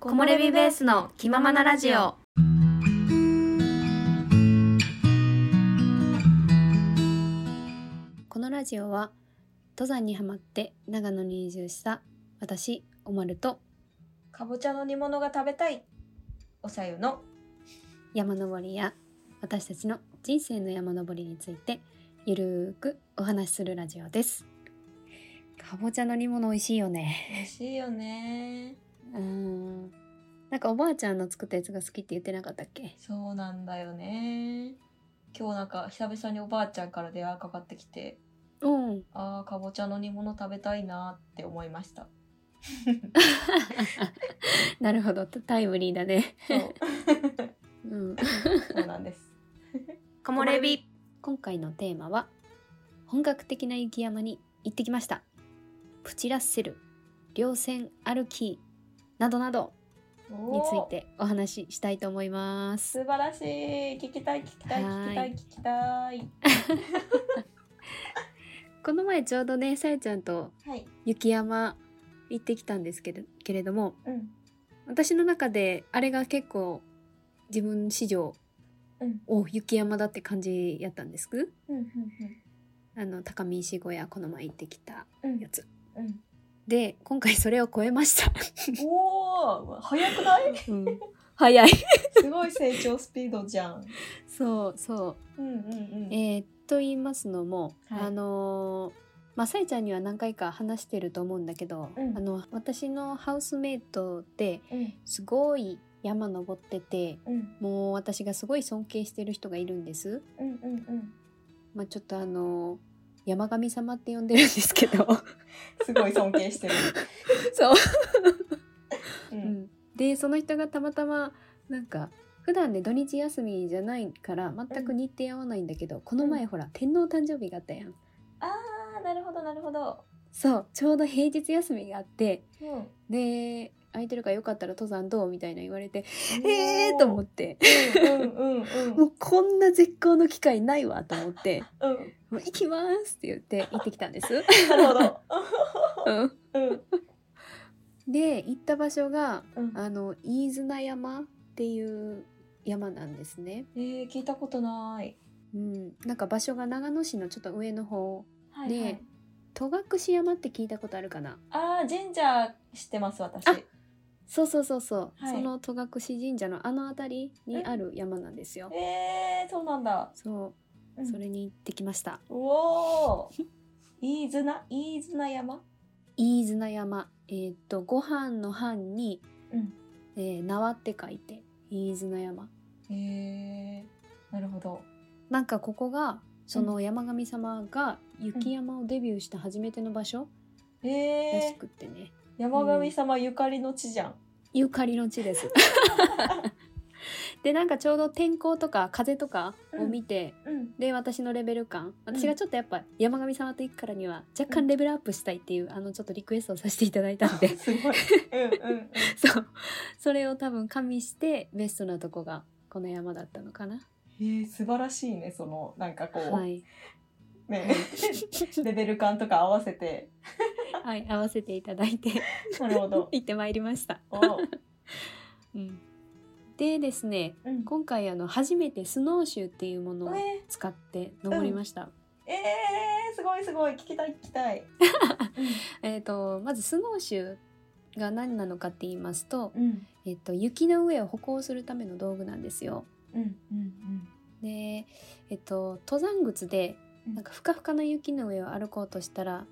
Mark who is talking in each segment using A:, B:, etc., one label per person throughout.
A: 木漏れ日ベースの気ままなラジオ。
B: このラジオは登山にハマって長野に移住した私おまると
C: かぼちゃの煮物が食べたいおさゆの
B: 山登りや私たちの人生の山登りについてゆるーくお話しするラジオですかぼちゃの煮物美味しいよね
C: 美味しいよね
B: うんなんかおばあちゃんの作ったやつが好きって言ってなかったっけ
C: そうなんだよね今日なんか久々におばあちゃんから電話かかってきて
B: うん
C: あーかぼちゃの煮物食べたいなーって思いました
B: なるほどタイムリーだね
C: そう
B: うん
C: そうなんです
A: 木漏れ日。
B: 今回のテーマは本格的な雪山に行ってきましたプチラッセル稜線歩きなどなどに
C: に
B: ついてお話ししたいと思います
C: 素晴らしい聞きたい聞きたい
B: は
C: 聞
B: ー
C: き
B: い
C: たい聞きたい
B: この前ちょうどねさやちゃんと
C: はい
B: 雪山行ってきたんですけどけれども
C: うん
B: 私の中であれが結構自分史上
C: うん
B: お雪山だって感じやったんですく
C: うんうん
B: あの高見石小屋この前行ってきた
C: うんうん
B: やつ
C: うん
B: で今回それを超えました、
C: おー早くない
B: うん、早い
C: すごい成長スピードじゃん
B: そうそう。
C: うんうんうん
B: えーと言いますのも、
C: はい
B: あのーまあ、さえちゃんには何回か話してると思うんだけど、
C: うん
B: あの私のハウスメイトで
C: うん
B: すごい山登ってて
C: うん
B: もう私がすごい尊敬してる人がいるんです、
C: うんうんうん
B: まあ、ちょっとあのー山神様って呼んでるんですけど
C: すごい尊敬してる。
B: そう、
C: う。
B: うんん、でその人がたまたまなんか普段ね土日休みじゃないから全く日程合わないんだけど、この前ほら天皇誕生日があったやん
C: ああ、なるほど、なるほど。
B: そうちょうど平日休みがあって
C: うん。
B: で空いてるからよかったら登山どうみたいな言われてえ
C: え
B: えーと思って
C: うんうんうんう
B: も
C: ん。
B: うこんな絶好の機会ないわと思 って
C: うん。
B: 「もう行きます」って言って行ってきたん です。
C: なるほど。
B: うん
C: うん
B: で行った場所が
C: うん。
B: あの飯綱山っていう山なんですね。
C: えー、聞いたことない。
B: うん、なんか場所が長野市のちょっと上の方
C: はい、はい。
B: ね戸隠山って聞いたことあるかな
C: ああ、神社知ってます、私。
B: あそうそうそうそう、
C: はい
B: その戸隠神社のあの辺りにある山なんですよ。
C: えー、そうなんだ。
B: そう
C: うん
B: それに行ってきました。
C: うおお。飯綱、飯綱山。
B: 飯綱山、えーっとご飯の飯に、
C: うん
B: えー縄って書いて飯綱山。
C: えー。なるほど。
B: なんかここがその山神様が雪山をデビューした初めての場所らし
C: えー、
B: くってね、
C: 山神様ゆかりの地じゃん。
B: ゆかりの 地です。でなんかちょうど天候とか風とかを見て、
C: うん。
B: で私のレベル感私がちょっとやっぱ山神様と行くからには若干レベルアップしたいっていう、あのちょっとリクエストをさせていただいたんで
C: すごい。うんうんうん。
B: そう。 それを多分加味して、ベストなとこがこの山だったのかな。
C: えー、素晴らしいねそのなんかこう、
B: はい。
C: ね レベル感とか合わせて
B: はい、合わせていただいて、
C: なるほど
B: 行ってまいりました。
C: お
B: うん。でですね、
C: うん
B: 今回あの、初めてスノーシューっていうものを
C: え
B: 使って登りました。
C: ー、えー、すごいすごい聞きたい聞きたい
B: えっ、と、まずスノーシューが何なのかって言いますと、
C: うん
B: えっと、雪の上を歩行するための道具なんですよ。
C: うんうん
B: で、えっと、登山靴で
C: うん
B: なんかふかふかの雪の上を歩こうとしたら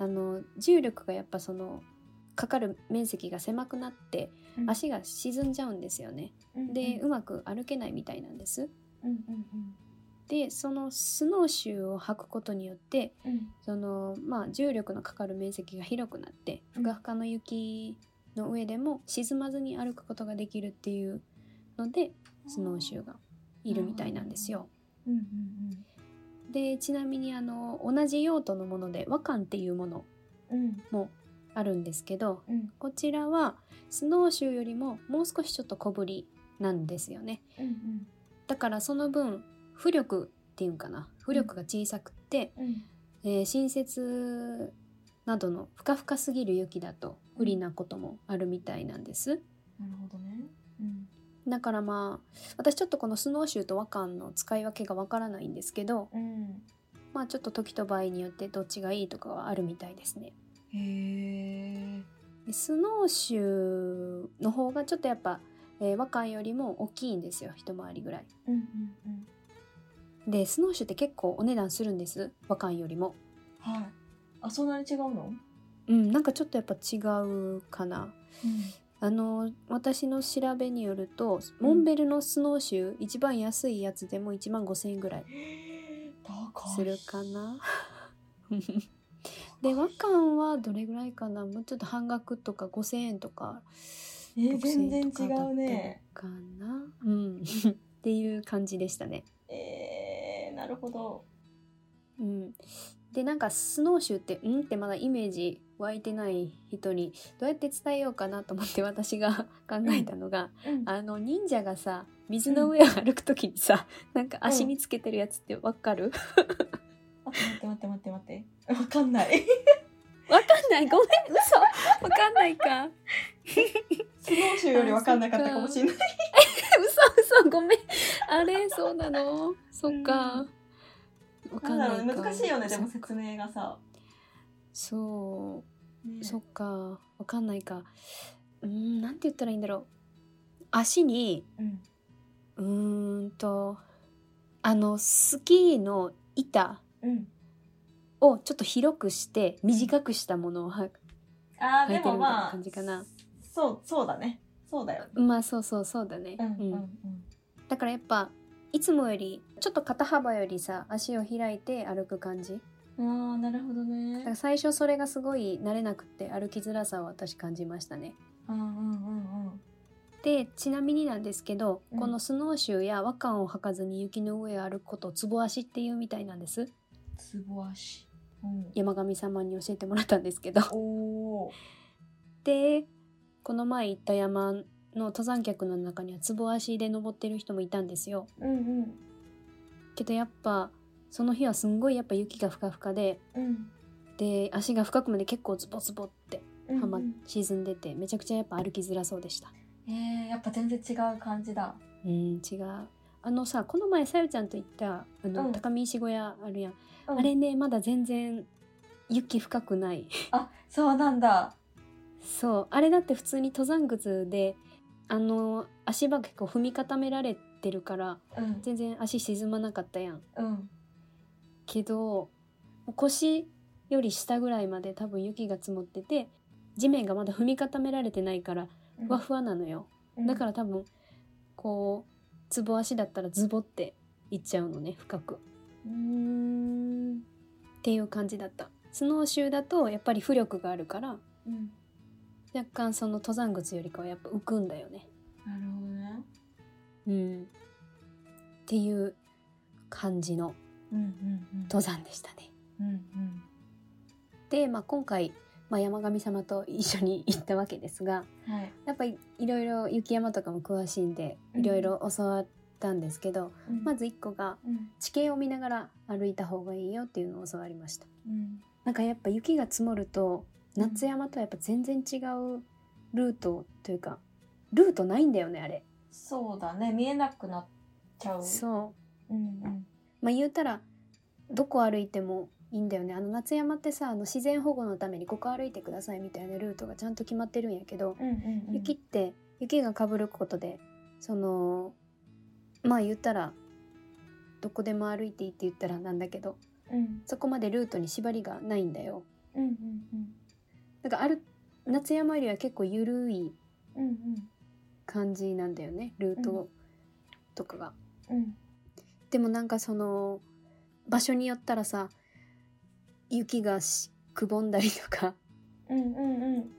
B: あの重力がやっぱそのかかる面積が狭くなって
C: うん
B: 足が沈んじゃうんですよね。
C: うん
B: で
C: う
B: うんまく歩けないみたいなんです。
C: うんうん
B: でそのスノーシューを履くことによって
C: うんうん
B: その、まあ、重力のかかる面積が広くなってふかふかの雪の上でも沈まずに歩くことができるっていうのでスノーシューがいるみたいなんですよ。
C: うんうん
B: でちなみにあの同じ用途のもので和漢っていうもの
C: うん
B: もあるんですけど
C: うんうん
B: こちらはスノーシューよりももう少しちょっと小ぶりなんですよね
C: うん
B: だからその分浮力っていうんかな浮力が小さくって、
C: うん
B: えー新雪などのふかふかすぎる雪だと不利なこともあるみたいなんです。
C: あなるほどね。うん。
B: だからまあ私ちょっとこのスノーシューと和漢の使い分けがわからないんですけど
C: うん。
B: まあちょっと時と場合によってどっちがいいとかはあるみたいですね。
C: へえ。
B: でスノーシューの方がちょっとやっぱ、えー和漢よりも大きいんですよ一回りぐらい。
C: うんうんうん。
B: でスノーシューって結構お値段するんです和漢よりも。
C: はい。あ、そんなに違うの？
B: うんなんかちょっとやっぱ違うかな。
C: うん。
B: あの私の調べによるとモンベルのスノーシュー、一番安いやつでも1万5,000円ぐらい
C: 高い。
B: するかな。 で和漢はどれぐらいかなもうちょっと半額とか5,000円とか
C: えー全然違うね。
B: 6000とかだったのかな、うん、 っていう感じでしたね。
C: えー、なるほど。
B: うん、でなんかスノーシューって「ん?」ってまだイメージ湧いてない人にどうやって伝えようかなと思って私が 考えたのが、
C: うん
B: あの忍者がさ水の上を歩く時にさ、なんか足につけてるやつってわかる、
C: 待って待って待って待って待って。 わかん ない。
B: わかんないごめん嘘わかんないか
C: スノーシューよりわかんなかったかもしれない。
B: 嘘嘘ごめんあれそうなのそっかわ、
C: な
B: か
C: ん
B: ん
C: だ
B: ない
C: ろうね
B: か
C: 難しいよねでも
B: そっか
C: 説明がさ。
B: そう
C: ね
B: そっかわかんないかうーんなんて言ったらいいんだろう足に
C: うん。
B: うーんとあのスキーの板
C: うん。
B: をちょっと広くして短くしたものをは
C: あー
B: 履
C: で
B: いてる
C: も
B: みた
C: ま
B: いな
C: あ
B: 感じかな、
C: そうそうだね。そうだよ。
B: まあそうそうそうだね、
C: うんうんう
B: うん
C: ん。
B: だからやっぱいつもよりちょっと肩幅よりさ足を開いて歩く感じ
C: ああなるほど
B: だから
C: ね。
B: 最初それがすごい慣れなくって歩きづらさを私感じましたね
C: うんうんうんうん。
B: でちなみになんですけど、
C: うん
B: このスノーシューや和漢を履かずに雪の上を歩くことをつぼ足っていうみたいなんです
C: つぼ足。うん。
B: 山神様に教えてもらったんですけど
C: おお。
B: でこの前行った山の登山客の中にはつぼ足で登ってる人もいたんですよ
C: うんうん
B: けどやっぱその日はすんごいやっぱ雪がふかふかで
C: うん
B: で足が深くまで結構ズボズボって
C: うん。
B: はま
C: うん
B: 沈んでてめちゃくちゃやっぱ歩きづらそうでした
C: えー、やっぱ全然違う感じだ。
B: うん違うあのさこの前さゆちゃんと行ったあの、
C: うん
B: 高見石小屋あるやん
C: うん
B: あれねまだ全然雪深くない
C: あそうなんだ。
B: そうあれだって普通に登山靴であの足場結構踏み固められてるから
C: うん
B: 全然足沈まなかったやん
C: うん。
B: けど腰より下ぐらいまで多分雪が積もってて地面がまだ踏み固められてないから
C: うん。
B: ふわふわなのよ、だからら多分こうつぼ足だったらズボっていっちゃうのね深く
C: うーん。
B: っていう感じだったスノーシューだとやっぱり浮力があるから
C: うん。
B: 若干その登山靴よりかはやっぱ浮くんだよね。
C: なるほどね。
B: うん、っていう感じの
C: うんうんうん。
B: 登山でしたね。
C: うんうん。
B: で、まあ、今回、まあ、山神様と一緒に行ったわけですが
C: はい。
B: やっぱりいろいろ雪山とかも詳しいんで
C: うん
B: いろいろ教わったんですけど、ま
C: ず。
B: ず1個が
C: うん
B: 地形を見ながら歩いた方がいいよっていうのを教わりました。
C: うん。
B: なんかやっぱ雪が積もると夏山とはやっぱ全然違うルートというかルートないんだよねあれ。
C: そうだね見えなくなっちゃう。。
B: そう
C: うんうん。
B: うまあ言うたらどこ歩いてもいいんだよねあの夏山ってさあの自然保護のためにここ歩いてくださいみたいなルートがちゃんと決まってるんやけど、
C: うんうんうん。
B: 雪って雪がかぶることでそのまあ言ったらどこでも歩いていいって言ったらなんだけど
C: うん
B: そこまでルートに縛りがないんだよ。
C: うんうん
B: だからある夏山よりは結構緩い
C: うんうんうん
B: 感じなんだよねルー
C: う
B: トとかが。
C: うん
B: でもなんかその場所によったらさ雪がしくぼんだりとか
C: うんうんうん。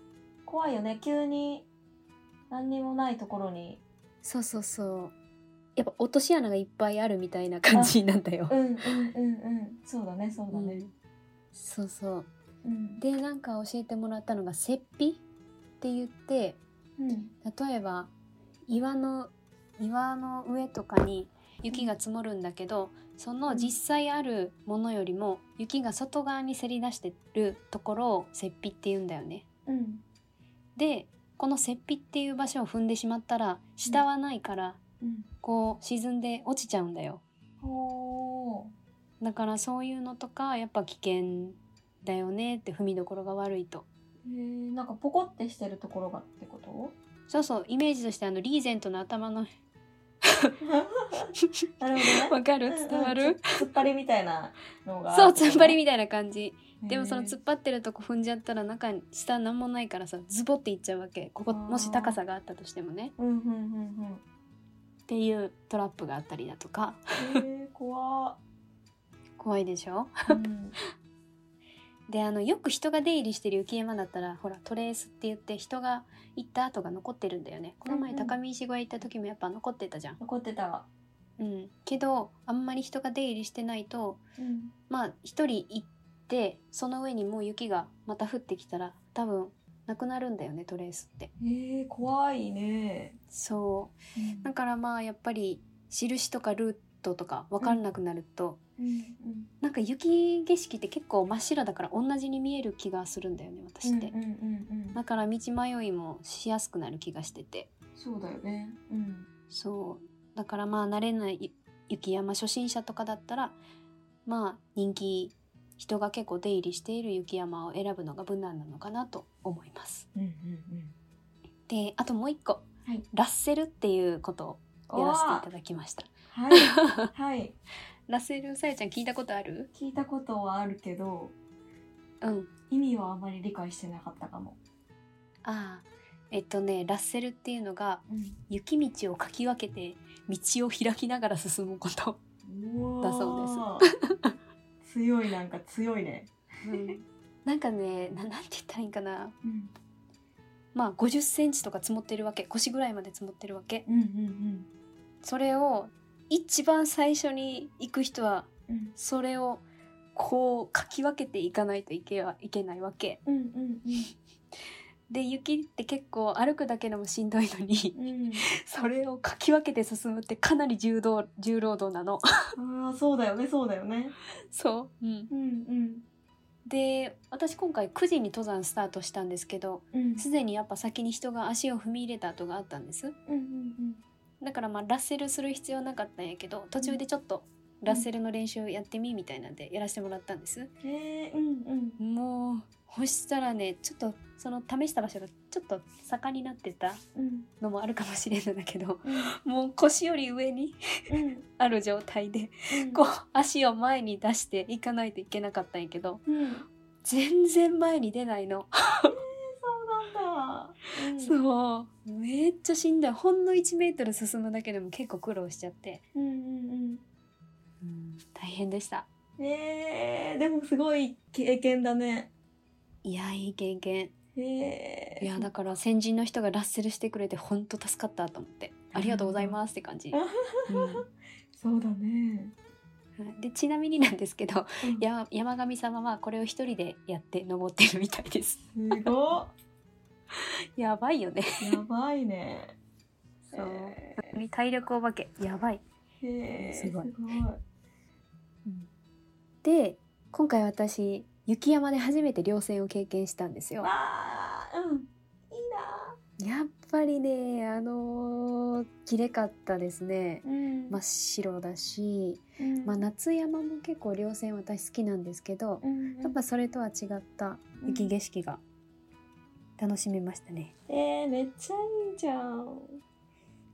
C: 怖いよね急に何にもないところに。
B: そうそうそうやっぱ落とし穴がいっぱいあるみたいな感じなんだよ
C: う。んうんうんうん。そうだねそうだ
B: う
C: ね。
B: んそうそう
C: うん。
B: でなんか教えてもらったのが「雪庇」って言って
C: うん。
B: 例えば岩の岩の上とかに雪が積もるんだけどその実際あるものよりも雪が外側にせり出してるところを雪庇って言うんだよね。
C: うん
B: でこの雪庇っていう場所を踏んでしまったら下はないから
C: うん。
B: こう沈んで落ちちゃうんだよ
C: おー。
B: だからそういうのとかやっぱ危険だよねって踏みどころが悪いと
C: えー、なんかポコってしてるところがってこと
B: そうそうイメージとしてあのリーゼントの頭の
C: なるほどね。
B: わかる
C: うんうん
B: 伝 わる
C: つ突っ張りみたいなのが。
B: そう 突っ張りみたいな感じ
C: へー
B: でもその突っ張ってるとこ踏んじゃったら中に下なんもないからさズボっていっちゃうわけここ
C: あー
B: もし高さがあったとしてもね
C: うんうんうん
B: っていうトラップがあったりだとか
C: うん。えー、怖っ。
B: 怖いでしょ
C: うん
B: であのよく人が出入りしてる浮山だったらほらトレースって言って人が行った跡が残ってるんだよねこの前
C: うんうん
B: 高見石小屋行った時もやっぱ残ってたじゃん、
C: 残ってた。
B: うん、けどあんまり人が出入りしてないと
C: うん。
B: まあ一人行ってその上にもう雪がまた降ってきたら多分なくなるんだよねトレースって
C: えー、怖いね。
B: そうだからまあやっぱり印とかルートとか分かんなくなると、
C: うんうん
B: なんか雪景色って結構真っ白だから同じに見える気がするんだよね私って、
C: うんうんうんうん
B: だから道迷いもしやすくなる気がしてて
C: そうだよね。うん。
B: そうだからまあ慣れない雪山初心者とかだったらまあ人気人が結構出入りしている雪山を選ぶのが無難なのかなと思います
C: うんうんうん。
B: であともう一個、
C: はい
B: ラッセルっていうことをやらせていただきました
C: はい。はい。
B: ラッセルさやちゃん聞いたことある
C: 聞いたことはあるけど、
B: うん
C: 意味はあまり理解してなかったかも。
B: ああえっとねラッセルっていうのが
C: うん。
B: 雪道をかき分けて道を開きながら進むこと、だそう
C: です。強いなんか強いね。
B: なんかねななんて言ったらいいんかな
C: うん
B: まあ5 0センチとか積もってるわけ腰ぐらいまで積もってるわけ
C: うんうん
B: それを一番最初に行く人は
C: うん
B: それをこうかき分けていかないといけはいけないわけ
C: うんうん
B: で雪って結構歩くだけでもしんどいのに
C: うんうん。
B: それをかき分けて進むってかなり重労重労働なの
C: ああそうだよねそうだよね。
B: そう、うん、
C: うんうん
B: で私今回9時に登山スタートしたんですけど
C: うん
B: すでにやっぱ先に人が足を踏み入れた跡があったんです
C: うんうん
B: だからまあラッセルする必要なかったんやけど途中でちょっとラッセルの練習をやってみみたいなんでやらせてもらったんです、
C: うん。へえうんうん。
B: もうそしたらねちょっとその試した場所がちょっと坂になってた
C: うん
B: のもあるかもしれないんだけど
C: うん
B: もう腰より上に
C: うん
B: ある状態で
C: うん。
B: こう足を前に出していかないといけなかったんやけど
C: うん。
B: 全然前に出ないの、
C: そうなんだ。うん
B: そうめっちゃしんどいほんの1メートル進むだけでも結構苦労しちゃって、
C: うんうん
B: 大変でした
C: うん。ええでもすごい経験だね。
B: いやいい経験
C: へえ。
B: いやだから先人の人がラッセルしてくれてほんと助かったと思ってありがとうございますって感じ、う
C: そうだね。
B: んでちなみになんですけど
C: うん
B: や山神様はこれを一人でやって登ってるみたいです
C: すごっ。
B: やばいよね
C: やばいね。
B: そう
C: へ
B: 体力お化けやばい
C: えへえ
B: すごい
C: すごい。
B: で今回私雪山で初めて稜線を経験したんですよ
C: ああ、うん。いいな。
B: やっぱりねあのーきれかったですね
C: うん
B: 真っ白だし、
C: うん
B: まあ、夏山も結構稜線私好きなんですけど、
C: うん
B: やっぱそれとは違った雪景色が楽しめましたね。
C: えー、めっちゃいいじゃん。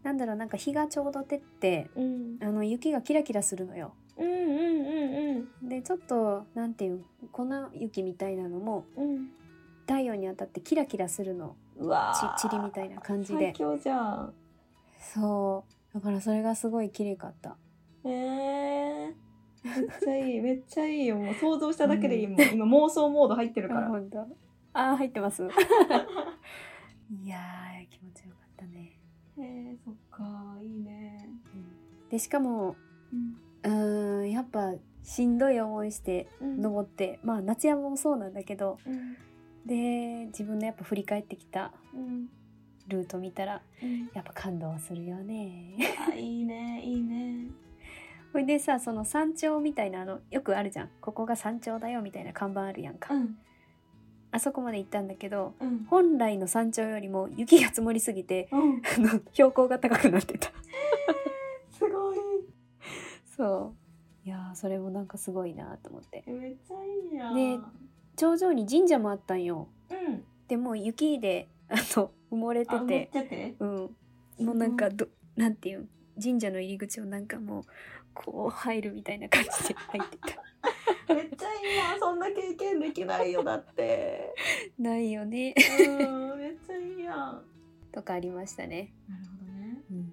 B: なんだろうなんか日がちょうど照って
C: うん。
B: あの雪がキラキラするのよ。
C: うんうんうん
B: でちょっとなんていう粉雪みたいなのも
C: うん。うん。
B: 太陽に当たってキラキラするの
C: うわー。
B: ちちりみたいな感じで
C: 最強じゃん。
B: そうだからそれがすごい綺麗かった
C: えー。めっちゃいい、めっちゃいいよ。もう想像しただけでいいもん。今妄想モード入ってるから。
B: 本当あー入ってます いやー気持ちよかったね、
C: えー、そっか、いいね。
B: でしかも
C: うん。
B: うーんやっぱしんどい思いして
C: うん
B: 登って、まあ夏山もそうなんだけど
C: うん。
B: で自分のやっぱ振り返ってきた
C: うん。
B: ルート見たら
C: うん。
B: やっぱ感動するよね。
C: あ、いいね、いいね。
B: ほいでさその山頂みたいなあのよくあるじゃんここが山頂だよみたいな看板あるやんか、
C: うん。
B: あそこまで行ったんだけど
C: うん
B: 本来の山頂よりも雪が積もりすぎて
C: うん、
B: あの標高が高くなってた
C: すごい
B: そういやーそれもなんかすごいなと思って
C: えめっちゃいいやん
B: ね頂上に神社もあったんよ
C: うん
B: でもう雪で あの埋もれて
C: あ持っててて
B: うんもうなんか
C: す
B: どなんていうん神社の入り口をなんかもうこう入るみたいな感じ で入ってた
C: ごいめっちゃいいやんそんな経験できないよだ って
B: ないよね
C: うんめっちゃいいやん
B: とかありましたね、
C: なるほどね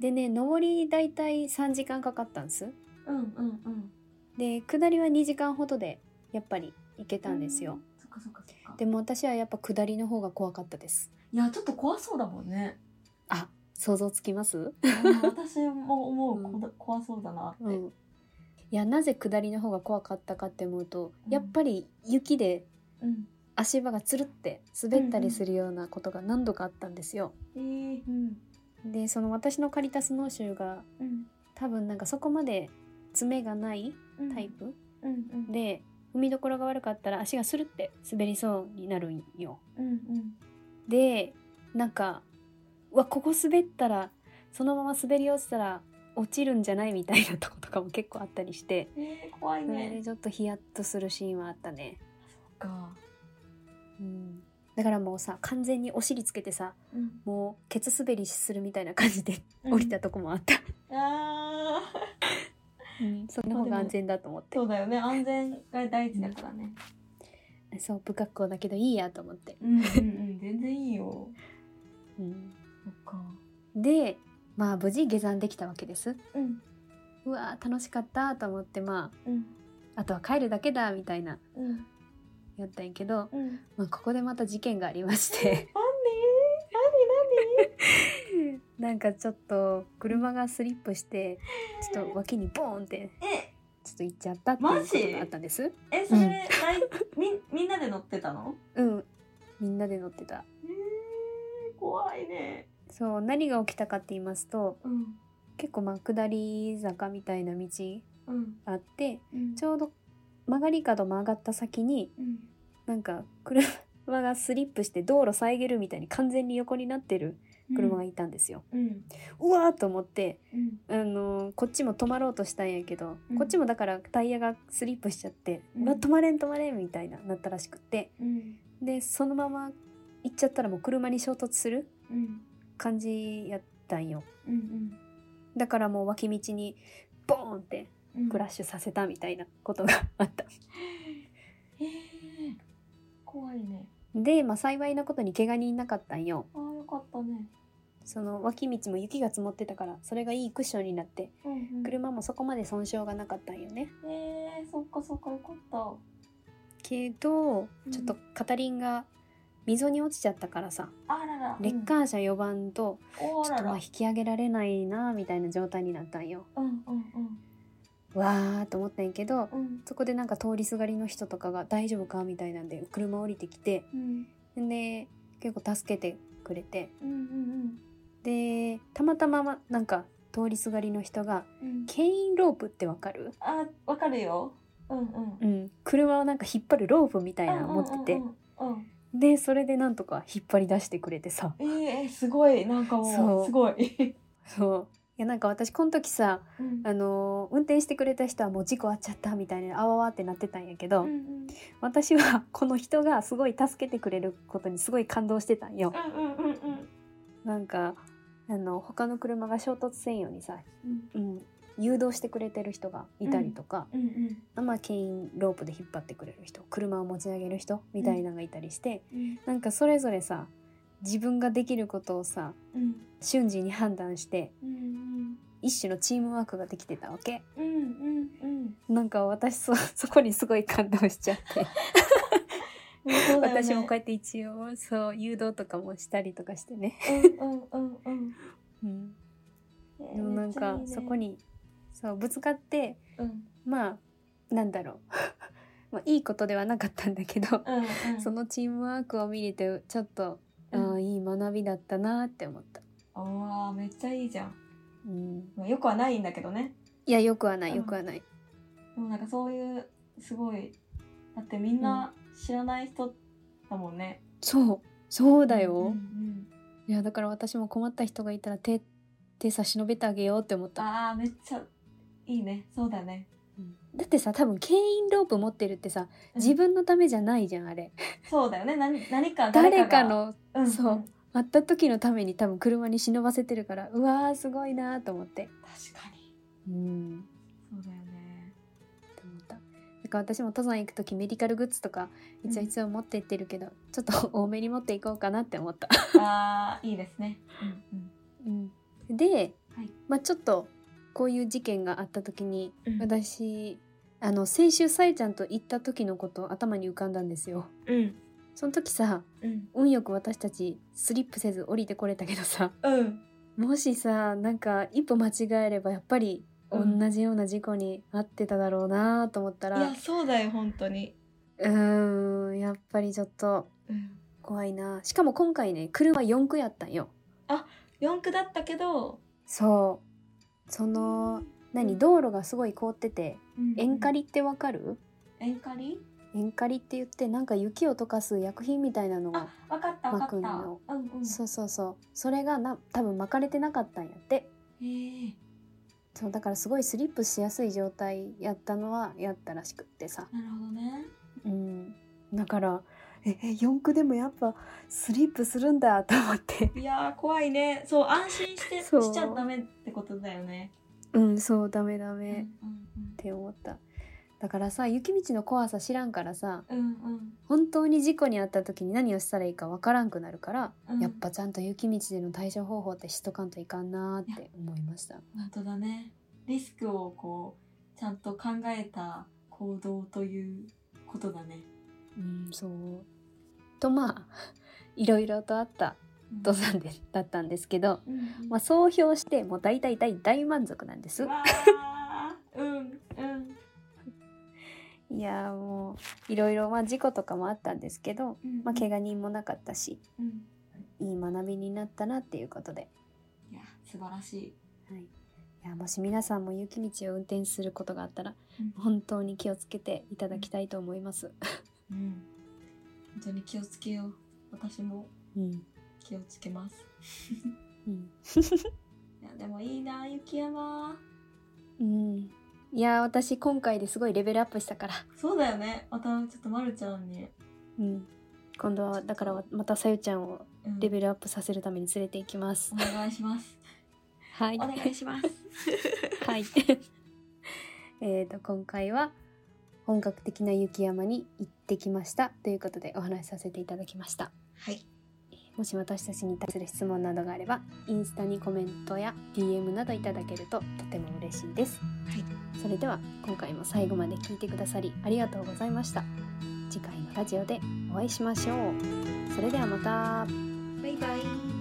B: でね上りだいたい3時間かかったんです
C: うんうんうん
B: で下りは2時間ほどでやっぱり行けたんですよ、
C: そっかそっかそっか
B: でも私はやっぱ下りの方が怖かったです
C: いやちょっと怖そうだもんね
B: あ想像つきます、
C: うん私も思う、こ
B: うん
C: 怖そうだな って、
B: うん、いやなぜ下りの方が怖かったかって思うと、
C: うん
B: やっぱり雪で
C: うん
B: 足場がつるって滑ったりするようなことが何度かあったんですよ。
C: えー、うん
B: でその私の借りたスノーシューが
C: うん
B: 多分なんかそこまで爪がない
C: うん
B: タイプ、
C: うんうん
B: で踏みどころが悪かったら足がスルって滑りそうになるんよ。
C: うんうん
B: でなんかうわここ滑ったらそのまま滑り落ちたら落ちるんじゃないみたいなとことかも結構あったりして
C: えー、怖い
B: それで
C: ね
B: ちょっとヒヤッとするシーンはあったね。
C: か
B: うん、だからもうさ完全にお尻つけてさ
C: うん
B: もうケツ滑りするみたいな感じで降りたとこもあった、
C: あー
B: その方が安全だと思って
C: そうだよね安全が第一だからね
B: そう不格好だけどいいやと思って、
C: うんうんうん全然いいよ
B: うん
C: そっか
B: でまあ無事下山できたわけです
C: うん
B: うわー楽しかったと思ってま
C: うん
B: ああとは帰るだけだみたいな
C: うん
B: やったんやけど、
C: うんなんで
B: まあ、ここでまた事件がありまして なんかちょっと車がスリップしてちょっと脇にボーンって
C: 何え
B: ちょっと行っちゃったっていうことがあったんです
C: えそれ、大 みみんなで乗ってたの
B: うんみんなで乗ってた
C: えー、怖いね
B: そう何が起きたかって言いますと
C: うん
B: 結構まあ下り坂みたいな道
C: うん
B: あって
C: うん
B: ちょうど曲がり角曲がった先に
C: うん
B: なんか車がスリップして道路遮るみたいに完全に横になってる車がいたんですよ。
C: うん
B: うわーと思って、
C: うん
B: あのーこっちも止まろうとしたんやけど、
C: うん
B: こっちもだからタイヤがスリップしちゃって「
C: う
B: うんわ止まれん止まれん」みたいななったらしくって
C: うん
B: でそのまま行っちゃったらもう車に衝突する
C: うん
B: 感じやったんよ。
C: うん
B: だからもう脇道にボーンって
C: うん
B: クラッシュさせたみたいなことがあった。
C: えー、怖いね
B: で、まあ、幸いなことに怪我人いなかったんよ。
C: あーよかったね
B: その脇道も雪が積もってたからそれがいいクッションになって
C: うん、うん、
B: 車もそこまで損傷がなかったんよね。
C: えー、そっかそっかよかった
B: けど
C: うん
B: ちょっと片輪が溝に落ちちゃったからさ、
C: あらら
B: レッカー車4番と
C: お
B: ち
C: ー
B: ょ
C: ら
B: っとまあ
C: ら
B: 引き上げられないなみたいな状態になったんよ。
C: うんうん
B: わーと思ったんやけど
C: うんうん
B: そこでなんか通りすがりの人とかが大丈夫かみたいなんで車降りてきて
C: うん
B: で結構助けてくれて
C: うんうん
B: でたまたまなんか通りすがりの人が
C: うんうん
B: 牽引ロープってわかる、
C: あわかるようんうん
B: うん、車をなんか引っ張るロープみたいなの持ってて、
C: うんうんうん
B: でそれでなんとか引っ張り出してくれてさ
C: うんえー、すごいなんかも
B: そうう
C: すご い
B: そういやなんか私この時さ、
C: うん
B: あのー運転してくれた人はもう事故あっちゃったみたいなあわわってなってたんやけど、
C: うんうん
B: 私はこの人がすごい助けてくれることにすごい感動してたんよ。
C: うんうんうん
B: なんかあの他の車が衝突せんようにさ
C: うん
B: うん、誘導してくれてる人がいたりとか、
C: うんうん
B: まあ牽引ロープで引っ張ってくれる人車を持ち上げる人みたいなのがいたりして、
C: うん
B: なんかそれぞれさ自分ができることをさ
C: うん
B: 瞬時に判断して
C: うん
B: 一種のチームワークができてたわけ
C: うんうんうん
B: なんか私そ そこにすごい感動しちゃって、
C: そうだよね
B: 私もこうやって一応そう誘導とかもしたりとかしてね、
C: うんうんうん
B: うん、
C: うんえ
B: でも
C: ー
B: な
C: めっ
B: ん
C: ちゃい
B: か
C: いね
B: そこにそうぶつかって
C: うん
B: まあなんだろう まあいいことではなかったんだけど
C: うんうん
B: そのチームワークを見れてちょっと、あ
C: う
B: あいい学びだったなって思った、
C: ああめっちゃいいじゃん
B: うん、
C: まあよくはないんだけどね
B: いやよくはな
C: うん
B: いよくはない、
C: でもなんかそういうすごいだってみんな知らない人だもんね。
B: そうそうだよ、
A: うん
C: うん、
B: いやだから私も困った人がいたら手手差し伸べてあげようって思った
C: ああめっちゃいいねそうだね。
B: だってさ多分牽引ロープ持ってるってさ自分のためじゃないじゃんあれ
C: そうだよね何何か
B: 誰
C: が
B: か、の
C: うん
B: そう
C: うん
B: 会った時のために多分車に忍ばせてるからうわーすごいなーと思って
C: 確かに
B: うん
C: そうだよね。
B: と思っただから私も登山行く時メディカルグッズとか一応
C: うん
B: 一応持ってってるけど、ちょっと多めに持っていこうかなって思った、
C: ああいいですね。うん
B: で、
C: はい
B: まあちょっとこういう事件があった時に
A: うん
B: 私あの先週さえちゃんと行った時のこと頭に浮かんだんですよ
A: うん
B: その時さ
A: うん
B: 運よく私たちスリップせず降りてこれたけどさ
C: うんうん
B: もしさなんか一歩間違えればやっぱり同
C: うん
B: じような事故に遭ってただろうなと思った
C: い
B: ら
C: やそうだよ本当に。
B: うーんやっぱりちょっと
C: うん
B: 怖いなしかも今回ね車4区やったんよ
C: 四駆だったけど、
B: そうその何道路がすごい凍ってて
C: うん
B: 塩化リってわかる
C: 塩化リ
B: 塩化リって言ってなんか雪を溶かす薬品みたいなの
C: あ
B: が
C: わかったわか
B: 巻
C: った。
B: くの
C: うんうん。
B: そうそうそうそれがな多分巻かれてなかったんやって
C: へえ
B: そうだからすごいスリップしやすい状態やったのはやったらしくってさ
C: なるほどね。
B: うんだからええ四駆でもやっぱスリップするんだと思って
C: いやー怖いね。そう安心して
B: そう
C: しちゃダメってことだよね。
B: うんそうダメダ
C: う
B: メ
C: ん
B: っ、て思っただからさ雪道の怖さ知らんからさ
C: うんうん
B: 本当に事故に遭った時に何をしたらいいかわからんくなるから、
C: うん
B: やっぱちゃんと雪道での対処方法って知っとかんといかんなーって思いました
C: 本当だね。リスクをこうちゃんと考えた行動ということだね。
B: うんそうとまあ いろいろとあった
C: うん
B: 登山でだったんですけど、
C: うんうん
B: まあ、総評してもう大体大大満足なんです
C: うわーうんうん
B: いやーもういろいろまあ事故とかもあったんですけど、
C: うん。
B: まあ、怪我人もなかったし
C: うん。
B: いい学びになったなっていうことで、
C: いや素晴らしい。
B: はい、いやもし皆さんも雪道を運転することがあったら
C: うん
B: 本当に気をつけていただきたいと思います。
C: うん。本当に気をつけよう。私も
B: うん
C: 気をつけます。
B: うん
C: いやでもいいな雪山。
B: うん、いやー私今回ですごいレベルアップしたから、
C: そうだよね。またちょっとまるちゃんに、
B: うん、今度はだからわまたさゆちゃんを
C: うん
B: レベルアップさせるために連れて行きます
C: お。願いします。
B: はい。
C: お願いし ます。
B: はい。 えっと、今回は本格的な雪山に行ってきましたということでお話しさせていただきました。
C: はい。
B: もし私たちに対する質問などがあれば、インスタにコメントや DM などいただけるととても嬉しいです。
C: はい。
B: それでは今回も最後まで聞いてくださりありがとうございました。次回のラジオでお会いしましょう。それではまた。
C: バイバイ。